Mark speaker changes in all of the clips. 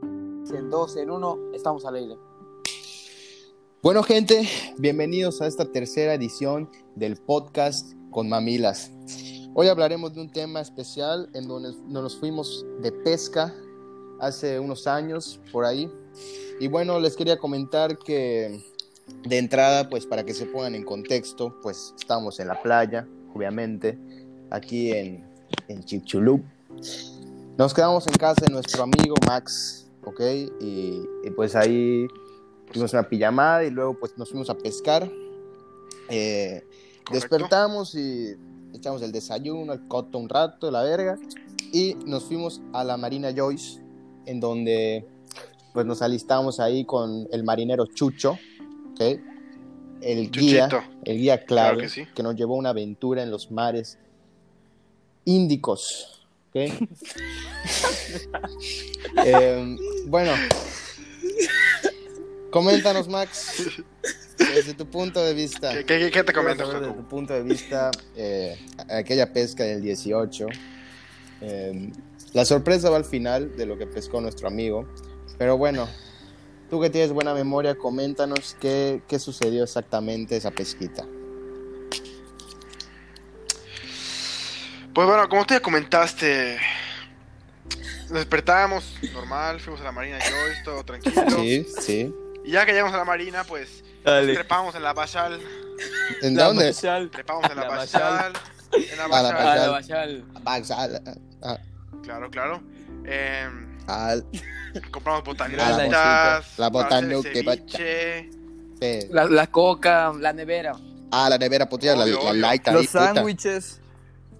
Speaker 1: en dos, en uno, estamos al aire.
Speaker 2: Bueno, gente, bienvenidos a esta tercera edición del podcast con Mamilas. Hoy hablaremos de un tema especial en donde nos fuimos de pesca hace unos años por ahí. Y bueno, les quería comentar que de entrada, pues para que se pongan en contexto, pues estamos en la playa, obviamente, aquí en, en Chicxulub. Nos quedamos en casa de nuestro amigo Max, ¿ok? Y, y, pues ahí tuvimos una pijamada y luego pues nos fuimos a pescar. Eh, despertamos y echamos el desayuno, el coto un rato, la verga. Y nos fuimos a la Marina Joyce, en donde pues nos alistamos ahí con el marinero Chucho, ¿ok? El guía,
Speaker 3: Chuchito.
Speaker 2: el guía clave
Speaker 3: Claro que sí.
Speaker 2: que nos llevó a una aventura en los mares índicos. ¿ok? Em, bueno, coméntanos, Max, desde tu punto de vista.
Speaker 3: ¿Qué, qué, qué te comento,
Speaker 2: Quiero saber
Speaker 3: Jacob?
Speaker 2: Desde tu punto de vista, eh, a- aquella pesca del 18. eh, la sorpresa va al final de lo que pescó nuestro amigo. Pero bueno, tú que tienes buena memoria, coméntanos qué, qué sucedió exactamente esa pesquita.
Speaker 3: Pues bueno, como tú ya comentaste, nos despertamos, normal, fuimos a la marina Joyce, todo tranquilo.
Speaker 2: Sí, sí.
Speaker 3: Y ya que llegamos a la marina, pues
Speaker 4: Dale.
Speaker 3: trepamos en la basal,
Speaker 2: ¿En
Speaker 4: La
Speaker 2: dónde?
Speaker 4: Marshall.
Speaker 3: trepamos en la,
Speaker 4: La
Speaker 3: basal,
Speaker 4: basal.
Speaker 3: en la
Speaker 2: A la
Speaker 3: basal,
Speaker 4: Ah, la
Speaker 2: Marshall.
Speaker 4: Marshall.
Speaker 2: Max, al, a-
Speaker 3: claro, claro. Eh,
Speaker 2: al-
Speaker 3: compramos
Speaker 2: La
Speaker 3: botanitas,
Speaker 2: La botana
Speaker 3: para hacer
Speaker 2: que va-
Speaker 3: ceviche,
Speaker 2: eh,
Speaker 1: La, la coca, la nevera.
Speaker 2: a la nevera, puta, la,
Speaker 3: Obvio,
Speaker 2: la
Speaker 3: obvio.
Speaker 2: light ahí,
Speaker 4: Los
Speaker 2: puta.
Speaker 4: sándwiches.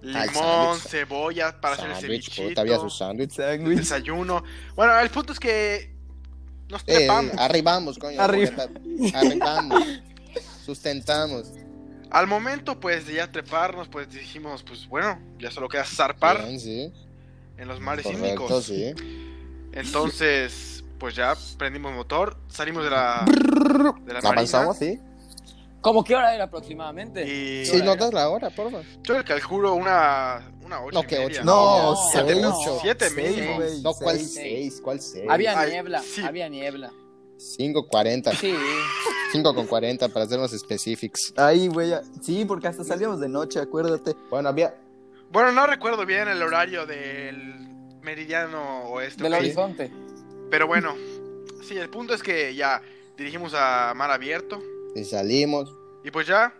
Speaker 3: limón,
Speaker 2: sándwich.
Speaker 3: cebolla para hacer el
Speaker 2: Sándwich,
Speaker 3: cevichito,
Speaker 2: puta, había su sándwich.
Speaker 3: el
Speaker 4: Sándwiches.
Speaker 3: desayuno. Bueno, el punto es que nos
Speaker 2: Eh,
Speaker 3: trepamos.
Speaker 2: arribamos, coño.
Speaker 4: Arriba.
Speaker 2: porque- Arribamos. Sustentamos.
Speaker 3: Al momento, pues, de ya treparnos, pues dijimos, pues bueno, ya solo queda zarpar
Speaker 2: Bien, sí.
Speaker 3: en los mares
Speaker 2: Correcto,
Speaker 3: índicos.
Speaker 2: sí.
Speaker 3: Entonces, pues ya prendimos motor, salimos de la, de la
Speaker 2: Avanzamos,
Speaker 3: marina.
Speaker 2: sí.
Speaker 4: ¿Cómo qué hora era aproximadamente?
Speaker 3: Y
Speaker 2: Sí, notas la hora, por favor.
Speaker 3: yo le calculo una, una ocho
Speaker 2: No,
Speaker 3: y
Speaker 2: que
Speaker 3: media.
Speaker 2: ocho.
Speaker 4: No,
Speaker 3: siete,
Speaker 4: no.
Speaker 3: ocho, siete mínimo.
Speaker 4: güey.
Speaker 2: No, ¿cuál
Speaker 4: Seis.
Speaker 2: seis? ¿Cuál seis?
Speaker 4: Había
Speaker 3: Ay,
Speaker 4: niebla,
Speaker 3: sí.
Speaker 4: había niebla.
Speaker 2: 5.40.
Speaker 4: Sí.
Speaker 2: 5 con 40 para ser más específicos.
Speaker 5: Ay, güey, sí, porque hasta salíamos de noche, acuérdate.
Speaker 2: Bueno, había.
Speaker 3: Bueno, no recuerdo bien el horario del meridiano oeste,
Speaker 4: Del
Speaker 3: ok,
Speaker 4: horizonte.
Speaker 3: pero bueno, sí, el punto es que ya dirigimos a mar abierto
Speaker 2: Y salimos.
Speaker 3: y pues ya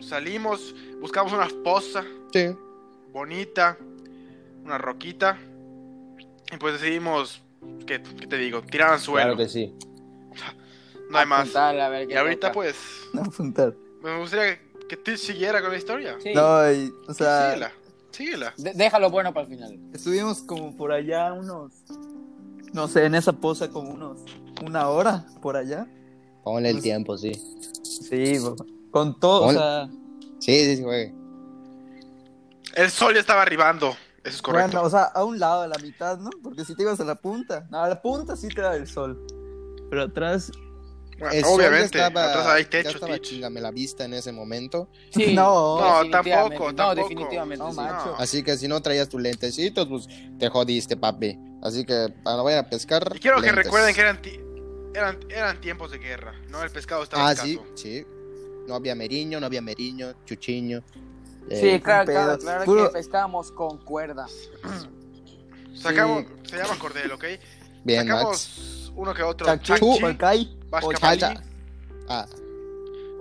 Speaker 3: salimos, buscamos una poza
Speaker 2: Sí.
Speaker 3: bonita, una roquita. Y pues decidimos, ¿qué, qué te digo? Tirar anzuelo.
Speaker 2: Claro que sí.
Speaker 3: No hay más.
Speaker 4: Apuntarle a ver qué
Speaker 3: Y ahorita
Speaker 4: toca.
Speaker 3: pues,
Speaker 5: No apuntar.
Speaker 3: me gustaría que Tis siguiera con la historia.
Speaker 4: Sí.
Speaker 5: No, y, o sea,
Speaker 3: Síguela, síguela.
Speaker 4: De- déjalo bueno para el final.
Speaker 5: estuvimos como por allá unos, no sé, en esa posa como unos, una hora por allá.
Speaker 2: Ponle el
Speaker 5: Pues-
Speaker 2: tiempo, sí.
Speaker 5: Sí, bo- con todo, o sea,
Speaker 2: Sí, sí, güey.
Speaker 3: El sol ya estaba arribando, eso es correcto.
Speaker 5: bueno, o sea, a un lado, a la mitad, ¿no? Porque si te ibas a la punta, a la punta sí te da el sol, pero atrás,
Speaker 3: Bueno,
Speaker 2: El sol ya
Speaker 3: obviamente,
Speaker 2: estaba-
Speaker 3: atrás hay
Speaker 2: ya
Speaker 3: techo,
Speaker 2: estaba
Speaker 3: Tis.
Speaker 2: chingame la vista en ese momento.
Speaker 4: Sí.
Speaker 5: no,
Speaker 3: No,
Speaker 4: definitivamente.
Speaker 3: tampoco,
Speaker 4: No,
Speaker 3: tampoco.
Speaker 4: definitivamente.
Speaker 5: No,
Speaker 4: sí.
Speaker 5: macho.
Speaker 2: Así que si no traías tus lentecitos, pues te jodiste, papi. Así que para vayan a pescar.
Speaker 3: Y quiero que
Speaker 2: lentes.
Speaker 3: recuerden que eran, ti- eran, eran tiempos de guerra, ¿no? El pescado estaba
Speaker 2: Ah,
Speaker 3: escaso.
Speaker 2: sí, sí. No había meriño, no había meriño, chuchiño. eh,
Speaker 4: Sí, claro,
Speaker 5: pedo.
Speaker 4: claro, claro
Speaker 5: Puro-
Speaker 4: que pescamos con cuerdas.
Speaker 3: Sacamos, se llaman cordel, ¿ok?
Speaker 2: bien, Max.
Speaker 3: Sacamos uno que otro.
Speaker 5: Chachú,
Speaker 3: Chachí,
Speaker 5: Polcay,
Speaker 3: Vascapalí,
Speaker 2: Falta. Ah,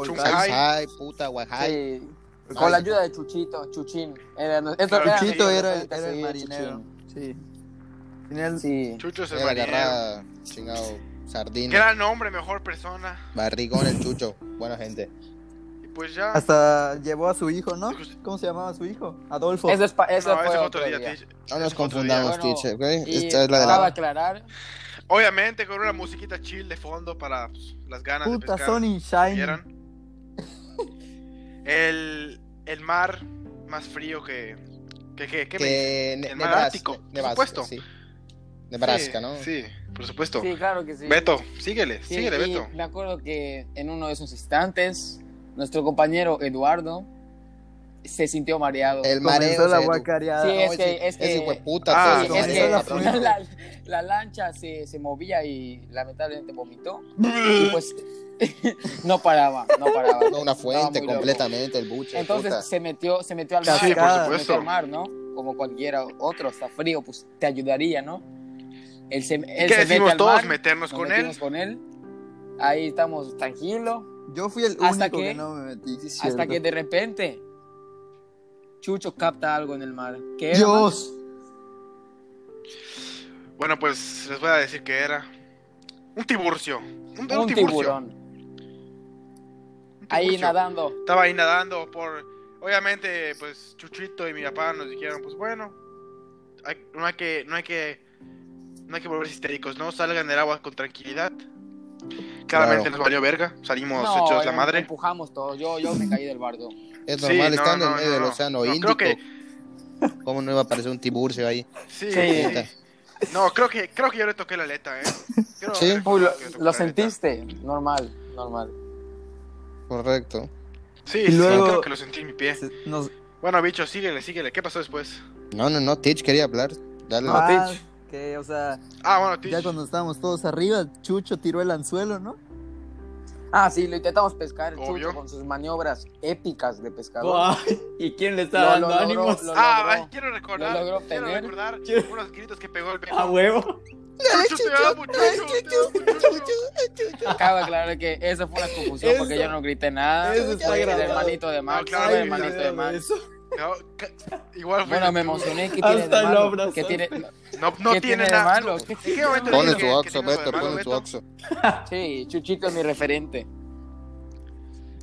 Speaker 3: Chunkai.
Speaker 2: ay, ay, puta, guajay.
Speaker 4: Sí.
Speaker 3: Pues
Speaker 4: Con la ayuda de Chuchito, Chuchín. Era, esto
Speaker 3: Claro,
Speaker 4: era-
Speaker 5: Chuchito
Speaker 4: era-
Speaker 5: era,
Speaker 4: sí,
Speaker 5: era el marinero, sí. Tenía el-
Speaker 4: Chuchín. Sí.
Speaker 3: Chucho es el
Speaker 2: Era
Speaker 3: marinero.
Speaker 2: agarrada, chingado, sardina,
Speaker 3: Gran hombre, mejor persona.
Speaker 2: barrigón, el chucho. Buena gente.
Speaker 3: Y pues ya.
Speaker 5: Hasta llevó a su hijo, ¿no?
Speaker 3: Justo-
Speaker 5: ¿Cómo se llamaba su hijo? Adolfo.
Speaker 4: Eso, es pa-
Speaker 3: No,
Speaker 4: eso
Speaker 3: ese
Speaker 4: fue
Speaker 3: fue
Speaker 4: otro,
Speaker 3: otro día,
Speaker 4: día.
Speaker 3: Tish.
Speaker 2: No
Speaker 3: Ese
Speaker 2: nos
Speaker 3: fue otro
Speaker 2: confundamos,
Speaker 3: día.
Speaker 4: Bueno,
Speaker 2: teacher, güey.
Speaker 4: Y
Speaker 5: Este,
Speaker 2: Esta es la de
Speaker 4: cabe
Speaker 2: la.
Speaker 4: aclarar
Speaker 3: Obviamente con una musiquita chill de fondo para pues, las ganas de
Speaker 5: Puta
Speaker 3: pescar.
Speaker 5: Sony
Speaker 3: ¿me
Speaker 5: Shine.
Speaker 3: ¿Vieron? el, el mar más frío que... que, que, que me-
Speaker 2: Que ne-
Speaker 3: El mar
Speaker 2: Nebraska.
Speaker 3: Ártico, por
Speaker 2: Nebraska,
Speaker 3: supuesto.
Speaker 2: sí. Nebraska,
Speaker 3: Sí,
Speaker 2: ¿no?
Speaker 3: Sí, por supuesto.
Speaker 4: Sí, claro que sí.
Speaker 3: Beto, síguele,
Speaker 4: Sí,
Speaker 3: síguele,
Speaker 4: y
Speaker 3: Beto.
Speaker 4: Me acuerdo que en uno de esos instantes, nuestro compañero Eduardo se sintió mareado.
Speaker 2: El mareo.
Speaker 5: Comenzó la
Speaker 2: Edu.
Speaker 5: guacareada.
Speaker 4: Sí,
Speaker 2: No,
Speaker 4: es que-
Speaker 2: ese-
Speaker 4: es que-
Speaker 2: ese hijueputa, pues,
Speaker 3: Ah,
Speaker 2: todo
Speaker 4: Sí,
Speaker 2: se
Speaker 4: es
Speaker 5: comenzó
Speaker 2: mareó,
Speaker 4: que
Speaker 5: la
Speaker 2: cabrón.
Speaker 4: la, la lancha se, se movía y lamentablemente vomitó. y pues no paraba, no paraba.
Speaker 2: No, una fuente
Speaker 4: muy loco.
Speaker 2: completamente, el buche.
Speaker 4: Entonces
Speaker 2: puta.
Speaker 4: se metió, se metió al
Speaker 5: Sí,
Speaker 4: mar,
Speaker 5: por
Speaker 4: se
Speaker 3: supuesto.
Speaker 4: metió al mar, ¿no? Como cualquiera otro, está frío, pues te ayudaría, ¿no? Él se, él
Speaker 3: ¿Qué
Speaker 4: se mete
Speaker 3: decimos
Speaker 4: al
Speaker 3: todos?
Speaker 4: mar,
Speaker 3: Meternos
Speaker 4: nos
Speaker 3: con
Speaker 4: metimos
Speaker 3: él.
Speaker 4: con él. Ahí estamos tranquilos.
Speaker 5: Yo fui el
Speaker 4: Hasta
Speaker 5: único
Speaker 4: que-
Speaker 5: que no me metí.
Speaker 4: Hasta que de repente Chucho capta algo en el mar. ¿Qué era, man?
Speaker 5: Dios.
Speaker 3: Bueno, pues les voy a decir que era un tiburcio. Un, un
Speaker 4: Un
Speaker 3: tiburcio,
Speaker 4: tiburón.
Speaker 3: un
Speaker 4: Ahí
Speaker 3: tiburcio.
Speaker 4: nadando.
Speaker 3: Estaba ahí nadando por... Obviamente, pues Chuchito y mi papá nos dijeron, pues bueno, hay- no hay que... No hay que... No hay que volverse histéricos, ¿no? Salgan del agua con tranquilidad. Claramente nos valió verga. Salimos
Speaker 4: No,
Speaker 3: hechos la
Speaker 4: eh,
Speaker 3: madre.
Speaker 4: empujamos todos. Yo, yo me caí del barco.
Speaker 2: es
Speaker 3: Sí,
Speaker 2: normal,
Speaker 3: no,
Speaker 2: estando
Speaker 3: no,
Speaker 2: en medio
Speaker 3: no,
Speaker 2: del
Speaker 3: no.
Speaker 2: océano
Speaker 3: No, creo
Speaker 2: Índico.
Speaker 3: que-
Speaker 2: ¿Cómo no iba a aparecer un tiburcio ahí?
Speaker 3: Sí,
Speaker 4: Sí.
Speaker 3: sí. No, creo que, creo que yo le toqué la aleta, ¿eh? Creo-
Speaker 2: Sí.
Speaker 3: creo que
Speaker 4: Uy, lo,
Speaker 3: le toqué
Speaker 4: lo
Speaker 3: la
Speaker 4: sentiste. Normal, normal.
Speaker 2: Correcto.
Speaker 3: aleta. Sí,
Speaker 5: Y luego-
Speaker 3: sí, creo que lo sentí en mi pie.
Speaker 5: Se- Nos...
Speaker 3: Bueno, bicho, síguele, síguele. ¿Qué pasó después?
Speaker 2: No, no, no, Teach quería hablar. Dale.
Speaker 5: Ah,
Speaker 4: Teach.
Speaker 5: que, o sea,
Speaker 3: Ah, bueno, Tish.
Speaker 5: ya cuando estábamos todos arriba, Chucho tiró el anzuelo, ¿no?
Speaker 4: Ah, sí, lo intentamos pescar el
Speaker 3: Obvio.
Speaker 4: Chucho con sus maniobras épicas de pescador.
Speaker 5: Ay, ¿Y quién le está
Speaker 4: Lo- lo logró, lo
Speaker 3: Ah,
Speaker 4: logró.
Speaker 3: ay, quiero recordar.
Speaker 4: Lo logró
Speaker 3: quiero
Speaker 4: obtener. Ah,
Speaker 3: recordar unos gritos que pegó el bebé.
Speaker 5: huevo?
Speaker 3: Chucho, te amo, Chucho, te amo, Chucho.
Speaker 4: Acaba de aclarar que esa fue una confusión
Speaker 5: Eso-
Speaker 4: porque yo no grité nada.
Speaker 5: eso está
Speaker 4: Soy el
Speaker 5: grabado.
Speaker 4: hermanito de Max.
Speaker 3: No, claro,
Speaker 4: soy el
Speaker 3: hay video
Speaker 4: hermanito de Max.
Speaker 3: No, ca- Igual fue.
Speaker 4: Bueno, me
Speaker 3: tú.
Speaker 4: emocioné. ¿Qué
Speaker 5: Hasta
Speaker 4: tiene de
Speaker 5: lo
Speaker 4: malo?
Speaker 5: abrazaste.
Speaker 4: ¿Qué tiene,
Speaker 3: No, no
Speaker 4: qué
Speaker 3: tiene
Speaker 4: tiene de
Speaker 3: nada.
Speaker 4: malo?
Speaker 3: ¿En qué momento
Speaker 2: Pon en
Speaker 3: dije
Speaker 2: tu
Speaker 3: Ah, que- que
Speaker 2: oxo,
Speaker 3: tiene algo de
Speaker 2: Beto,
Speaker 3: malo,
Speaker 2: pon en tu
Speaker 3: Beto?
Speaker 2: oxo.
Speaker 4: Sí, Chuchito es mi referente.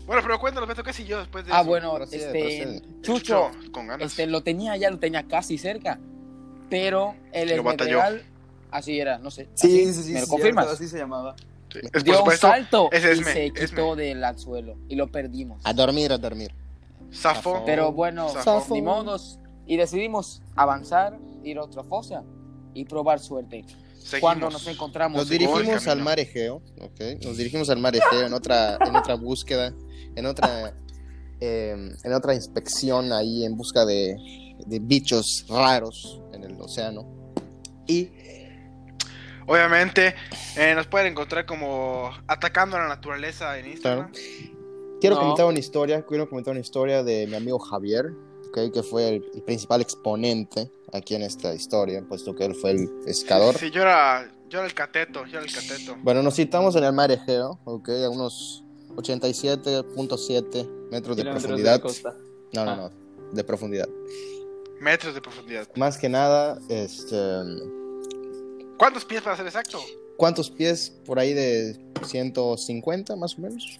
Speaker 3: Bueno, pero cuéntanos, Beto, ¿qué siguió después de
Speaker 4: Ah,
Speaker 3: eso?
Speaker 4: bueno,
Speaker 2: procede,
Speaker 4: este,
Speaker 2: procede.
Speaker 4: Chucho,
Speaker 3: con ganas.
Speaker 4: este, lo tenía ya, lo tenía casi cerca, pero el
Speaker 3: Lo batalló.
Speaker 4: Esmerreal, así era, no sé,
Speaker 5: Sí,
Speaker 4: así,
Speaker 5: sí, sí.
Speaker 4: ¿me lo
Speaker 5: cierto,
Speaker 4: confirmas?
Speaker 5: Así se llamaba.
Speaker 3: Sí, es por
Speaker 4: Dio un
Speaker 3: supuesto.
Speaker 4: salto
Speaker 3: es
Speaker 4: y
Speaker 3: Esme,
Speaker 4: se
Speaker 3: Esme.
Speaker 4: quitó del anzuelo y lo perdimos.
Speaker 2: A dormir, a dormir.
Speaker 3: Oh, Safo.
Speaker 4: Pero bueno, pues,
Speaker 3: Zafó.
Speaker 4: ni modos, y decidimos avanzar, ir a otra fosa y probar suerte.
Speaker 3: Seguimos.
Speaker 4: Cuando nos encontramos,
Speaker 2: Nos
Speaker 3: el
Speaker 2: dirigimos
Speaker 3: camino.
Speaker 2: al mar Egeo, ¿ok? Nos dirigimos al mar Egeo en otra, en otra búsqueda, en otra, eh, en otra inspección ahí en busca de, de bichos raros en el océano. Y
Speaker 3: Obviamente, eh, nos pueden encontrar como atacando a la naturaleza en Instagram.
Speaker 2: quiero
Speaker 4: No.
Speaker 2: comentar una historia, quiero comentar una historia de mi amigo Javier, ¿ok? que fue el, el principal exponente aquí en esta historia, puesto que él fue el pescador.
Speaker 3: Sí, sí, yo era, yo era el cateto, yo era el cateto.
Speaker 2: Bueno, nos citamos en el mar Egeo, ¿ok? a unos 87.7 metros de
Speaker 5: Kilómetros
Speaker 2: profundidad.
Speaker 5: costa.
Speaker 2: no, no,
Speaker 5: Ah.
Speaker 2: no, de profundidad.
Speaker 3: Metros de profundidad.
Speaker 2: Más que nada, este,
Speaker 3: ¿Cuántos pies para ser exacto?
Speaker 2: ¿cuántos pies? Por ahí de 150 más o menos.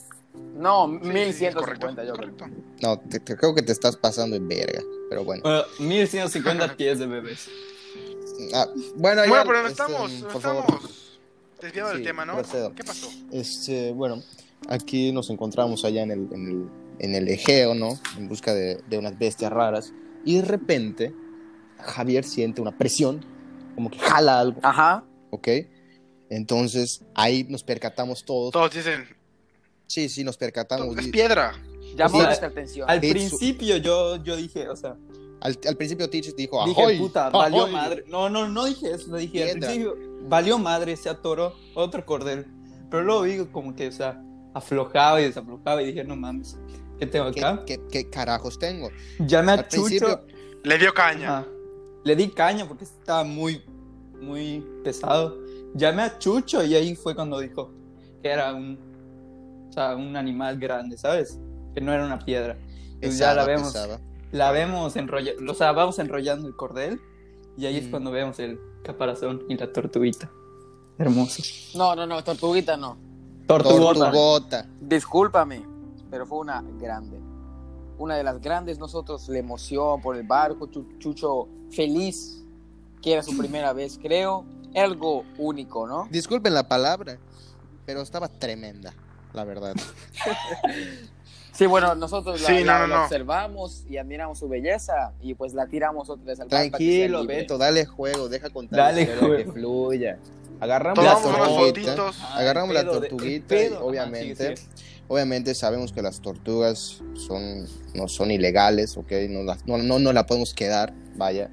Speaker 4: no,
Speaker 3: Sí, sí,
Speaker 4: 1150 yo creo.
Speaker 3: correcto. correcto.
Speaker 2: No, te- te- creo que te estás pasando en verga, pero bueno.
Speaker 5: Bueno, 1150 pies de bebés.
Speaker 2: Ah, bueno,
Speaker 3: Bueno,
Speaker 2: ya,
Speaker 3: pero no
Speaker 2: este,
Speaker 3: estamos, no
Speaker 2: por favor.
Speaker 3: estamos desviando del
Speaker 2: Sí,
Speaker 3: tema, ¿no?
Speaker 2: procedo.
Speaker 3: ¿Qué pasó?
Speaker 2: Este, bueno, aquí nos encontramos allá en el, en el- en el Egeo, ¿no? En busca de, de unas bestias raras. Y de repente, Javier siente una presión, como que jala algo,
Speaker 4: Ajá,
Speaker 2: ¿ok? Entonces, ahí nos percatamos todos.
Speaker 3: Todos dicen,
Speaker 2: Sí, sí, nos percatamos.
Speaker 3: es
Speaker 2: Y
Speaker 3: piedra.
Speaker 4: llamó
Speaker 2: Sí.
Speaker 4: nuestra atención.
Speaker 5: Al
Speaker 2: Bitsu.
Speaker 5: principio yo, yo dije, o sea,
Speaker 2: Al, al principio Teach dijo,
Speaker 5: dije,
Speaker 2: "Ahoy,
Speaker 5: puta, valió
Speaker 2: ahoy".
Speaker 5: madre. No, no, no dije eso, lo dije al
Speaker 2: Piedra.
Speaker 5: principio. Valió madre, se atoró otro cordel. Pero luego digo como que, o sea, aflojaba y desaflojaba y dije, no mames, ¿qué tengo
Speaker 2: ¿Qué,
Speaker 5: acá?
Speaker 2: qué- qué carajos tengo?
Speaker 5: Llamé
Speaker 2: Al
Speaker 5: a
Speaker 2: principio-
Speaker 5: Chucho.
Speaker 3: Le dio caña.
Speaker 5: Ajá. Ah, Le di caña porque estaba muy, muy pesado. Llamé a Chucho y ahí fue cuando dijo que era un, o sea, un animal grande, ¿sabes? Que no era una piedra. Entonces Pues ya la
Speaker 2: Pesaba,
Speaker 5: vemos,
Speaker 2: pesaba.
Speaker 5: la vemos enrollando, o sea, vamos enrollando el cordel y ahí es
Speaker 2: Mm.
Speaker 5: cuando vemos el caparazón y la tortuguita. Hermoso.
Speaker 4: No, no, no, tortuguita no.
Speaker 5: Tortugota.
Speaker 2: Tortugota.
Speaker 4: Discúlpame, pero fue una grande. Una de las grandes, nosotros la emoción por el barco, Chu- Chucho feliz, que era su primera vez, creo. Era algo único, ¿no?
Speaker 2: Disculpen la palabra, pero estaba tremenda, la verdad.
Speaker 4: Sí, bueno, nosotros la,
Speaker 3: Sí, no,
Speaker 4: la-
Speaker 3: no,
Speaker 4: la
Speaker 3: no.
Speaker 4: observamos y admiramos su belleza y pues la tiramos otra vez al barco para que sea
Speaker 2: Tranquilo,
Speaker 4: libre.
Speaker 2: Beto, dale juego, deja contar
Speaker 5: Dale
Speaker 2: la historia
Speaker 5: juego.
Speaker 2: que fluya. Agarramos la
Speaker 3: Tomamos unas
Speaker 2: tortuguita,
Speaker 3: fotitos.
Speaker 5: Ah,
Speaker 2: agarramos
Speaker 5: el
Speaker 2: la
Speaker 5: pedo de- el
Speaker 2: tortuguita y
Speaker 5: pedo, ajá,
Speaker 2: obviamente,
Speaker 5: sigue, sigue.
Speaker 2: obviamente sabemos que las tortugas son no son ilegales, ¿ok? No, las- no, no, no la podemos quedar, vaya.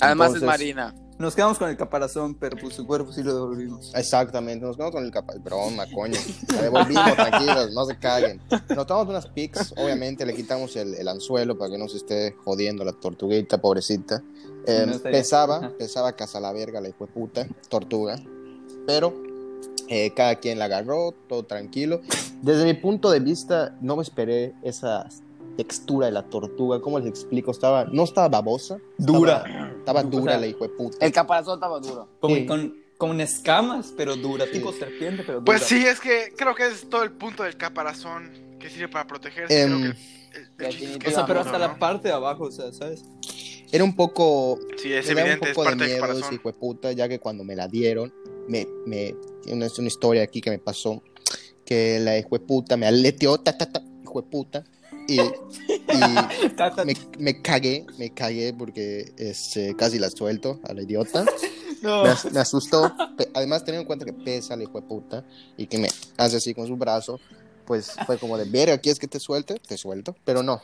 Speaker 4: Además
Speaker 2: Entonces,
Speaker 4: es marina.
Speaker 5: Nos quedamos con el caparazón, pero pues su cuerpo sí lo devolvimos.
Speaker 2: Exactamente, nos quedamos con el capaz. Broma, coño. La devolvimos, tranquilos, no se caguen. Nos tomamos unas pics, obviamente, le quitamos el, el anzuelo para que no se esté jodiendo la tortuguita, pobrecita. Eh,
Speaker 5: No estaría-
Speaker 2: pesaba,
Speaker 5: Ajá.
Speaker 2: pesaba casa la verga, la hijo puta, tortuga. Pero eh, cada quien la agarró, todo tranquilo. Desde mi punto de vista, no me esperé esa textura de la tortuga. ¿Cómo les explico? Estaba, no estaba babosa. estaba-
Speaker 5: Dura.
Speaker 2: Estaba
Speaker 5: O
Speaker 2: dura
Speaker 5: sea,
Speaker 2: la hijo puta.
Speaker 4: El caparazón estaba duro.
Speaker 5: Como
Speaker 2: Sí.
Speaker 5: con, con escamas, pero dura. Tipo serpiente, pero dura.
Speaker 3: Pues sí, es que creo que es todo el punto del caparazón que sirve para protegerse.
Speaker 2: Em,
Speaker 3: creo que el- el- el chiste es que
Speaker 5: O sea, pero
Speaker 3: es
Speaker 5: hasta
Speaker 3: duro,
Speaker 5: la parte de abajo, o sea, ¿sabes?
Speaker 2: Era un poco
Speaker 3: ¿no? Sí, es
Speaker 2: me da un
Speaker 3: evidente, es
Speaker 2: poco de
Speaker 3: parte del
Speaker 2: miedo ese
Speaker 3: caparazón.
Speaker 2: hijo de puta, ya que cuando me la dieron, me, me, una- es una historia aquí que me pasó, que la hijo de puta me aleteó, ta, ta, ta, hijo de puta, y, y
Speaker 5: Tata-
Speaker 2: me, me cagué, me cagué porque este, casi la suelto a la idiota,
Speaker 5: No.
Speaker 2: me, as- me asustó, Pe- además teniendo en cuenta que pesa la hijo de puta, y que me hace así con su brazo, pues fue como de, verga, ¿quieres que te suelte? Te suelto, pero no.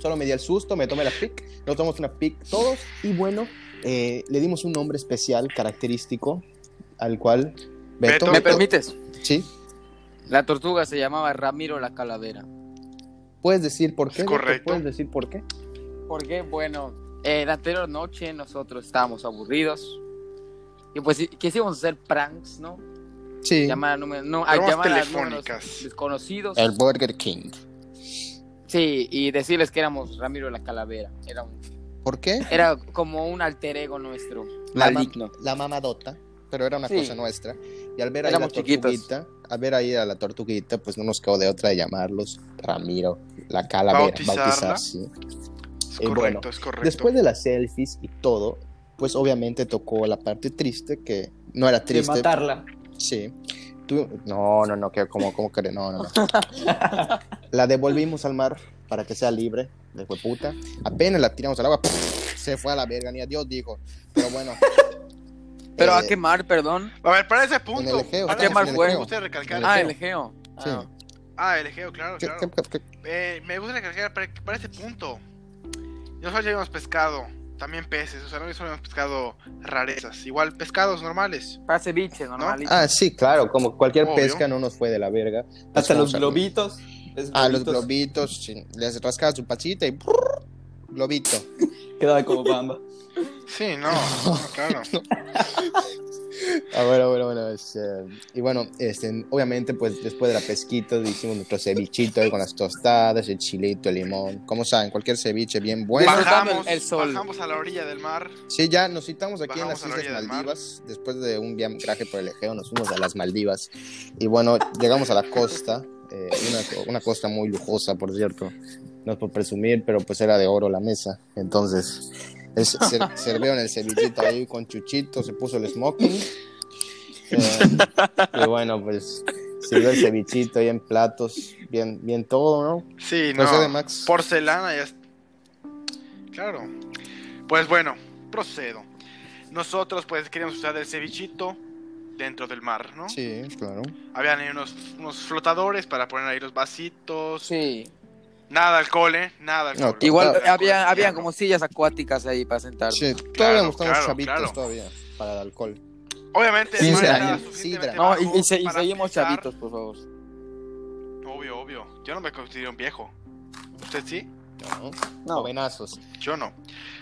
Speaker 2: Solo me di el susto, me tomé la pic, nos tomamos una pic todos y bueno, eh, le dimos un nombre especial, característico, al cual... Beto,
Speaker 3: Beto. ¿Me
Speaker 4: ¿Me permites?
Speaker 2: Sí,
Speaker 4: La tortuga se llamaba Ramiro la Calavera.
Speaker 2: puedes decir por qué. Beto?
Speaker 3: Correcto.
Speaker 2: Puedes decir por qué.
Speaker 4: Porque, bueno, eh, la anterior noche nosotros estábamos aburridos. Y pues sí, quisimos hacer pranks, ¿no?
Speaker 2: Sí.
Speaker 4: Llamar a número- no, a
Speaker 3: Bromas
Speaker 4: llamar a números
Speaker 3: telefónicas.
Speaker 4: desconocidos.
Speaker 2: El Burger King.
Speaker 4: Sí, y decirles que éramos Ramiro la Calavera. Era, un-
Speaker 2: ¿Por qué?
Speaker 4: era como un alter ego nuestro.
Speaker 2: La, ma-
Speaker 4: maligno.
Speaker 2: la mamadota, pero era una
Speaker 4: Sí.
Speaker 2: cosa nuestra. Y al ver ahí
Speaker 4: Éramos
Speaker 2: la
Speaker 4: chiquitos.
Speaker 2: tortuguita, al ver ahí a la tortuguita, pues no nos quedó de otra de llamarlos Ramiro, la calavera,
Speaker 3: Bautizarla.
Speaker 2: bautizar, sí.
Speaker 3: Es
Speaker 2: Eh, bueno,
Speaker 3: correcto, es correcto.
Speaker 2: Después de las selfies y todo, pues obviamente tocó la parte triste que no era
Speaker 5: De
Speaker 2: triste.
Speaker 5: matarla.
Speaker 2: Sí. Tú- no, no, no, que como, como que no, no, no. La devolvimos al mar para que sea libre, de puta. Apenas la tiramos al agua, se fue a la verga, ni a Dios dijo. Pero bueno.
Speaker 4: Pero
Speaker 2: eh,
Speaker 4: a quemar, perdón.
Speaker 3: A ver, para ese punto.
Speaker 2: En el Egeo,
Speaker 3: para
Speaker 4: Ah, ¿qué
Speaker 3: ese
Speaker 4: más
Speaker 3: punto,
Speaker 4: fue?
Speaker 3: Me gusta recalcar.
Speaker 2: En
Speaker 4: Ah,
Speaker 2: Egeo.
Speaker 4: el Egeo.
Speaker 2: Sí.
Speaker 4: Ah.
Speaker 3: Ah, el Egeo, claro,
Speaker 2: ¿Qué-
Speaker 3: claro.
Speaker 2: qué- qué- qué-
Speaker 3: Eh, me gusta recalcar para, para ese punto. Nosotros ya habíamos pescado, también peces, o sea, no solo habíamos pescado rarezas, igual pescados normales.
Speaker 4: Para ceviche, normalito.
Speaker 2: Ah, sí, claro, como cualquier
Speaker 3: Obvio.
Speaker 2: pesca no nos fue de la verga. Nos
Speaker 5: Hasta los
Speaker 2: fuimos a-
Speaker 5: globitos. ¿ves?
Speaker 2: Ah, los
Speaker 5: Globitos.
Speaker 2: globitos, sí. les rascaba su pachita y ¡prrr! globito.
Speaker 5: Quedaba como bamba.
Speaker 3: Sí, no, no, claro.
Speaker 2: Ah, bueno, bueno, bueno. es, eh, y bueno, este, obviamente, pues después de la pesquita hicimos nuestro cevichito ahí con las tostadas, el chilito, el limón. Como saben, cualquier ceviche bien bueno.
Speaker 4: Baja-
Speaker 3: Bajamos,
Speaker 4: el sol.
Speaker 3: bajamos a la orilla del mar.
Speaker 2: Sí, ya nos citamos aquí
Speaker 3: Bajamos a
Speaker 2: en
Speaker 3: la
Speaker 2: las
Speaker 3: orilla
Speaker 2: Islas
Speaker 3: del mar.
Speaker 2: Maldivas. Después de un viaje por el Egeo, nos fuimos a las Maldivas. Y bueno, llegamos a la costa, eh, una, una costa muy lujosa, por cierto. No es por presumir, pero pues era de oro la mesa. Entonces, es- se- sirvieron el cevichito ahí con chuchito, se puso el smoking. Eh, y bueno, pues sirvió el cevichito ahí en platos, bien, bien todo, ¿no?
Speaker 3: Sí, no.
Speaker 2: No sé de Max.
Speaker 3: Porcelana ya. es- Claro. Pues bueno, procedo. Nosotros pues queríamos usar el cevichito dentro del mar, ¿no?
Speaker 2: Sí, claro.
Speaker 3: Habían ahí unos, unos flotadores para poner ahí los vasitos.
Speaker 4: Sí.
Speaker 3: Nada de alcohol, ¿eh? Nada de
Speaker 2: No,
Speaker 3: alcohol.
Speaker 4: Igual
Speaker 3: Nada de
Speaker 4: había,
Speaker 3: alcohol,
Speaker 4: había
Speaker 3: claro.
Speaker 4: como sillas acuáticas ahí para sentar.
Speaker 2: Sí, todavía
Speaker 3: claro,
Speaker 2: nos estamos chavitos
Speaker 3: claro.
Speaker 2: todavía para el alcohol.
Speaker 3: Obviamente, el
Speaker 2: 15
Speaker 3: mar estaba
Speaker 2: años.
Speaker 3: suficientemente
Speaker 2: Sidra.
Speaker 4: No, y, y
Speaker 3: bajo
Speaker 4: se- y
Speaker 3: para
Speaker 4: seguimos
Speaker 3: pisar.
Speaker 4: chavitos, por favor.
Speaker 3: Obvio, obvio. Yo no me considero un viejo. ¿Usted sí?
Speaker 2: ¿no?
Speaker 4: No.
Speaker 2: Jovenazos.
Speaker 3: Yo no.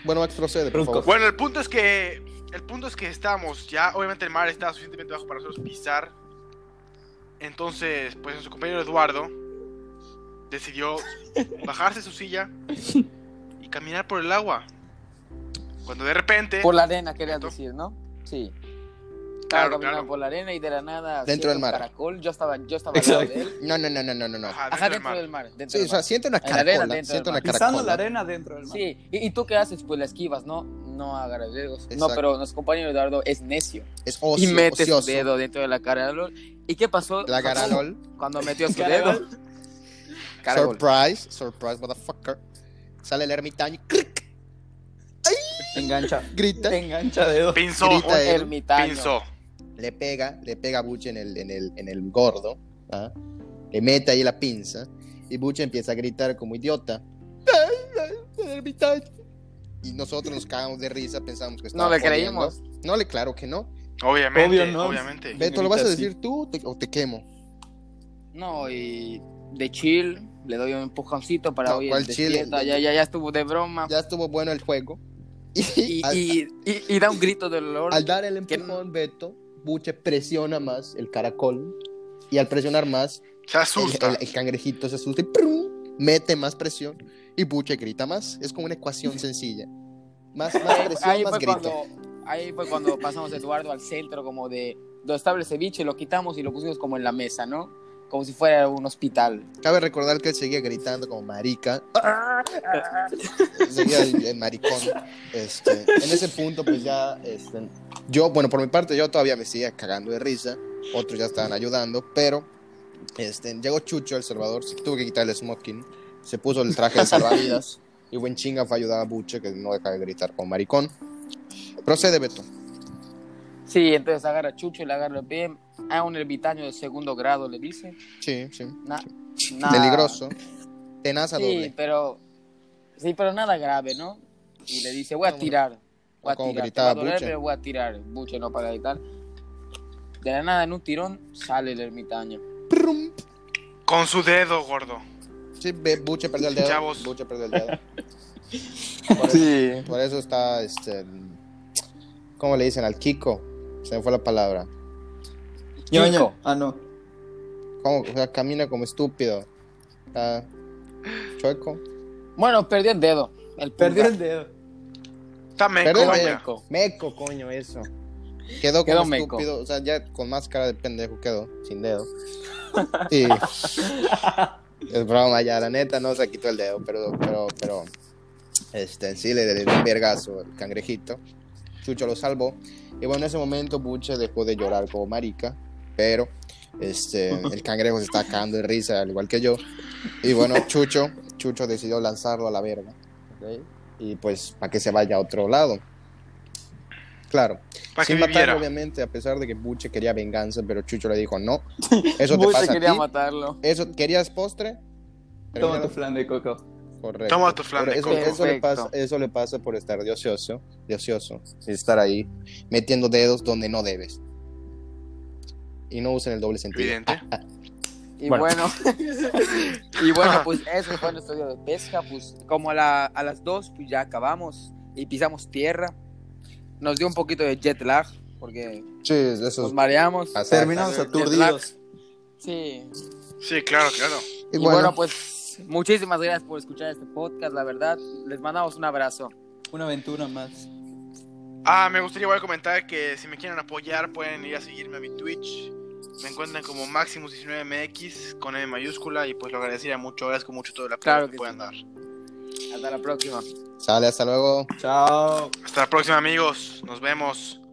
Speaker 2: Bueno, Max, procede, por
Speaker 5: Rucos.
Speaker 2: favor.
Speaker 3: Bueno, el punto es que. El punto es que estábamos ya. Obviamente el mar estaba suficientemente bajo para nosotros pisar. Entonces, pues nuestro compañero Eduardo decidió bajarse de su silla y caminar por el agua. Cuando de repente.
Speaker 4: Por la arena, querías
Speaker 3: Exacto.
Speaker 4: decir, ¿no? Sí. Estaba
Speaker 3: Claro,
Speaker 4: caminando
Speaker 3: claro.
Speaker 4: por la arena y de la nada.
Speaker 2: Dentro
Speaker 4: siento
Speaker 2: del mar.
Speaker 4: un Caracol. Yo estaba, yo estaba al lado de él.
Speaker 2: No, no, no, no, no, no, no.
Speaker 3: Ajá, dentro
Speaker 4: Ajá,
Speaker 3: del
Speaker 4: dentro
Speaker 3: mar.
Speaker 4: del mar. Dentro
Speaker 2: Sí, o
Speaker 4: del
Speaker 2: sea,
Speaker 4: mar.
Speaker 2: siente una
Speaker 4: En la arena,
Speaker 2: caracola,
Speaker 4: dentro
Speaker 2: siente
Speaker 4: del
Speaker 2: una
Speaker 4: mar.
Speaker 5: Pisando la
Speaker 2: caracola.
Speaker 5: arena dentro del mar.
Speaker 4: Sí, y, y tú qué haces? Pues la esquivas, ¿no? No agarras dedos. No,
Speaker 2: Exacto.
Speaker 4: pero nuestro compañero Eduardo es necio.
Speaker 2: Es ocio,
Speaker 4: y mete
Speaker 2: ocioso.
Speaker 4: su dedo dentro de la caralol. ¿Y qué pasó?
Speaker 2: La garalol.
Speaker 4: Cuando metió su dedo.
Speaker 5: Caragol.
Speaker 4: Caragol.
Speaker 2: Surprise, surprise, motherfucker. Sale el ermitaño, cric,
Speaker 5: Engancha.
Speaker 2: grita,
Speaker 5: Te engancha dedo.
Speaker 3: Pinzó.
Speaker 2: Grita
Speaker 4: Un
Speaker 2: él.
Speaker 4: ermitaño.
Speaker 3: Pinzó.
Speaker 2: le pega, le pega a Buche en el, en el, en el gordo, ¿ah? le mete ahí la pinza y Buche empieza a gritar como idiota. "Ay, ay, el ermitaño". y nosotros nos cagamos de risa, pensamos que
Speaker 4: No
Speaker 2: estaba
Speaker 4: le
Speaker 2: jodiendo.
Speaker 4: creímos.
Speaker 2: No le, claro que no.
Speaker 3: Obviamente,
Speaker 5: Obvio, ¿no?
Speaker 3: obviamente.
Speaker 2: Beto, ¿lo vas a
Speaker 5: Señorita, sí.
Speaker 2: decir tú te- o te quemo?
Speaker 4: No, y de chill, le doy un empujoncito para
Speaker 2: No,
Speaker 4: hoy.
Speaker 2: ¿cuál
Speaker 4: el despierta,
Speaker 2: chill?
Speaker 4: Ya, ya, ya estuvo de broma.
Speaker 2: Ya estuvo bueno el juego.
Speaker 4: Y,
Speaker 2: al,
Speaker 4: y, y- y da un grito de dolor.
Speaker 2: al dar el
Speaker 4: que-
Speaker 2: empujón, Beto, Buche presiona más el caracol y al presionar más,
Speaker 3: Se
Speaker 2: el,
Speaker 3: asusta.
Speaker 2: el- el cangrejito se asusta y ¡prum! mete más presión y Buche grita más. Es como una ecuación sencilla. Más, más presión,
Speaker 4: ahí,
Speaker 2: más
Speaker 4: fue
Speaker 2: grito.
Speaker 4: cuando, ahí fue cuando pasamos a Eduardo al centro, como de donde estaba el ceviche, lo quitamos y lo pusimos como en la mesa, ¿no? Como si fuera un hospital.
Speaker 2: Cabe recordar que él seguía gritando como marica. seguía el, el maricón. Este, en ese punto, pues ya, este, yo, bueno, por mi parte, yo todavía me seguía cagando de risa. Otros ya estaban ayudando, pero este, llegó Chucho, el salvador, se tuvo que quitar el smoking, se puso el traje de salvavidas y buen chinga fue a ayudar a Buche, que no deja de gritar como maricón. Procede, Beto.
Speaker 4: Sí, entonces agarra a Chucho y le agarra el pie a un ermitaño de segundo grado, le dice.
Speaker 2: Sí, sí.
Speaker 4: Na- nada-
Speaker 2: Peligroso. Tenaza
Speaker 4: Sí,
Speaker 2: doble.
Speaker 4: pero, sí, pero nada grave, ¿no? Y le dice, voy a
Speaker 2: No,
Speaker 4: tirar. Voy a
Speaker 2: como
Speaker 4: tirar. Te
Speaker 2: gritaba
Speaker 4: va a doler,
Speaker 2: Buche.
Speaker 4: pero voy a tirar. Buche no para gritar. De la nada, en un tirón, sale el ermitaño.
Speaker 2: Prum.
Speaker 3: Con su dedo, gordo.
Speaker 2: Sí, ve- Buche perdió el dedo.
Speaker 3: Chavos.
Speaker 2: Buche perdió el dedo. Por,
Speaker 5: Sí.
Speaker 2: eso, por eso está, este, ¿cómo le dicen? Al Kiko. Se me fue la palabra.
Speaker 5: Ñoño. Ah, no.
Speaker 2: ¿Cómo? O sea, camina como estúpido. Está chueco.
Speaker 4: Bueno, perdió el dedo. El
Speaker 5: Perdió
Speaker 4: pulgar.
Speaker 5: el dedo.
Speaker 3: Está meco,
Speaker 2: Pero es
Speaker 3: vaya.
Speaker 4: meco.
Speaker 2: Meco, coño, eso. Quedó como
Speaker 4: Quedó meco.
Speaker 2: estúpido. O sea, ya con máscara de pendejo quedó, sin dedo. Sí. es broma, ya, la neta, no se quitó el dedo, pero, pero, pero. Este, sí, le dio un vergazo al cangrejito. Chucho lo salvó. Y bueno, en ese momento Buche dejó de llorar como marica, pero este, el cangrejo se está cagando de risa, al igual que yo. Y bueno, Chucho, Chucho decidió lanzarlo a la verga. ¿ok? Y pues, para que se vaya a otro lado. Claro.
Speaker 3: Para que
Speaker 2: Sin matarlo,
Speaker 3: viviera.
Speaker 2: obviamente, a pesar de que Buche quería venganza, pero Chucho le dijo, no, eso te
Speaker 4: Buche
Speaker 2: pasa a
Speaker 4: quería
Speaker 2: ti.
Speaker 4: matarlo.
Speaker 2: Eso, ¿querías postre?
Speaker 5: Toma tu
Speaker 2: Termina-
Speaker 5: flan de coco.
Speaker 2: Correcto.
Speaker 3: Toma tu flan
Speaker 2: Por
Speaker 3: de
Speaker 2: eso,
Speaker 3: coco.
Speaker 2: eso le pasa,
Speaker 4: Perfecto.
Speaker 2: eso le pasa por estar de ocioso, de ocioso, y estar ahí metiendo dedos donde no debes. Y no usen el doble sentido.
Speaker 3: Evidente.
Speaker 2: Ah.
Speaker 4: Y
Speaker 2: Bueno.
Speaker 4: bueno, y bueno, pues eso fue nuestro día de pesca. Pues como a, la- a las dos, pues ya acabamos y pisamos tierra. Nos dio un poquito de jet lag porque
Speaker 2: Sí, eso
Speaker 4: nos
Speaker 2: es
Speaker 4: mareamos.
Speaker 2: pasada.
Speaker 5: Terminamos
Speaker 3: Jet
Speaker 5: aturdidos.
Speaker 4: Sí.
Speaker 3: Sí, claro, claro.
Speaker 2: Y
Speaker 4: Y
Speaker 2: bueno,
Speaker 4: bueno, pues muchísimas gracias por escuchar este podcast. La verdad, les mandamos un abrazo.
Speaker 5: Una aventura más.
Speaker 3: Ah, me gustaría igual comentar que si me quieren apoyar pueden ir a seguirme a mi Twitch. Me encuentran como Maximus19MX con M mayúscula y pues lo agradecería mucho. Agradezco mucho todo el apoyo
Speaker 4: Claro
Speaker 3: que
Speaker 4: que
Speaker 3: puedan dar.
Speaker 4: Hasta la próxima. pues-
Speaker 2: sale, hasta luego.
Speaker 5: Chao.
Speaker 3: Hasta la próxima amigos. Nos vemos.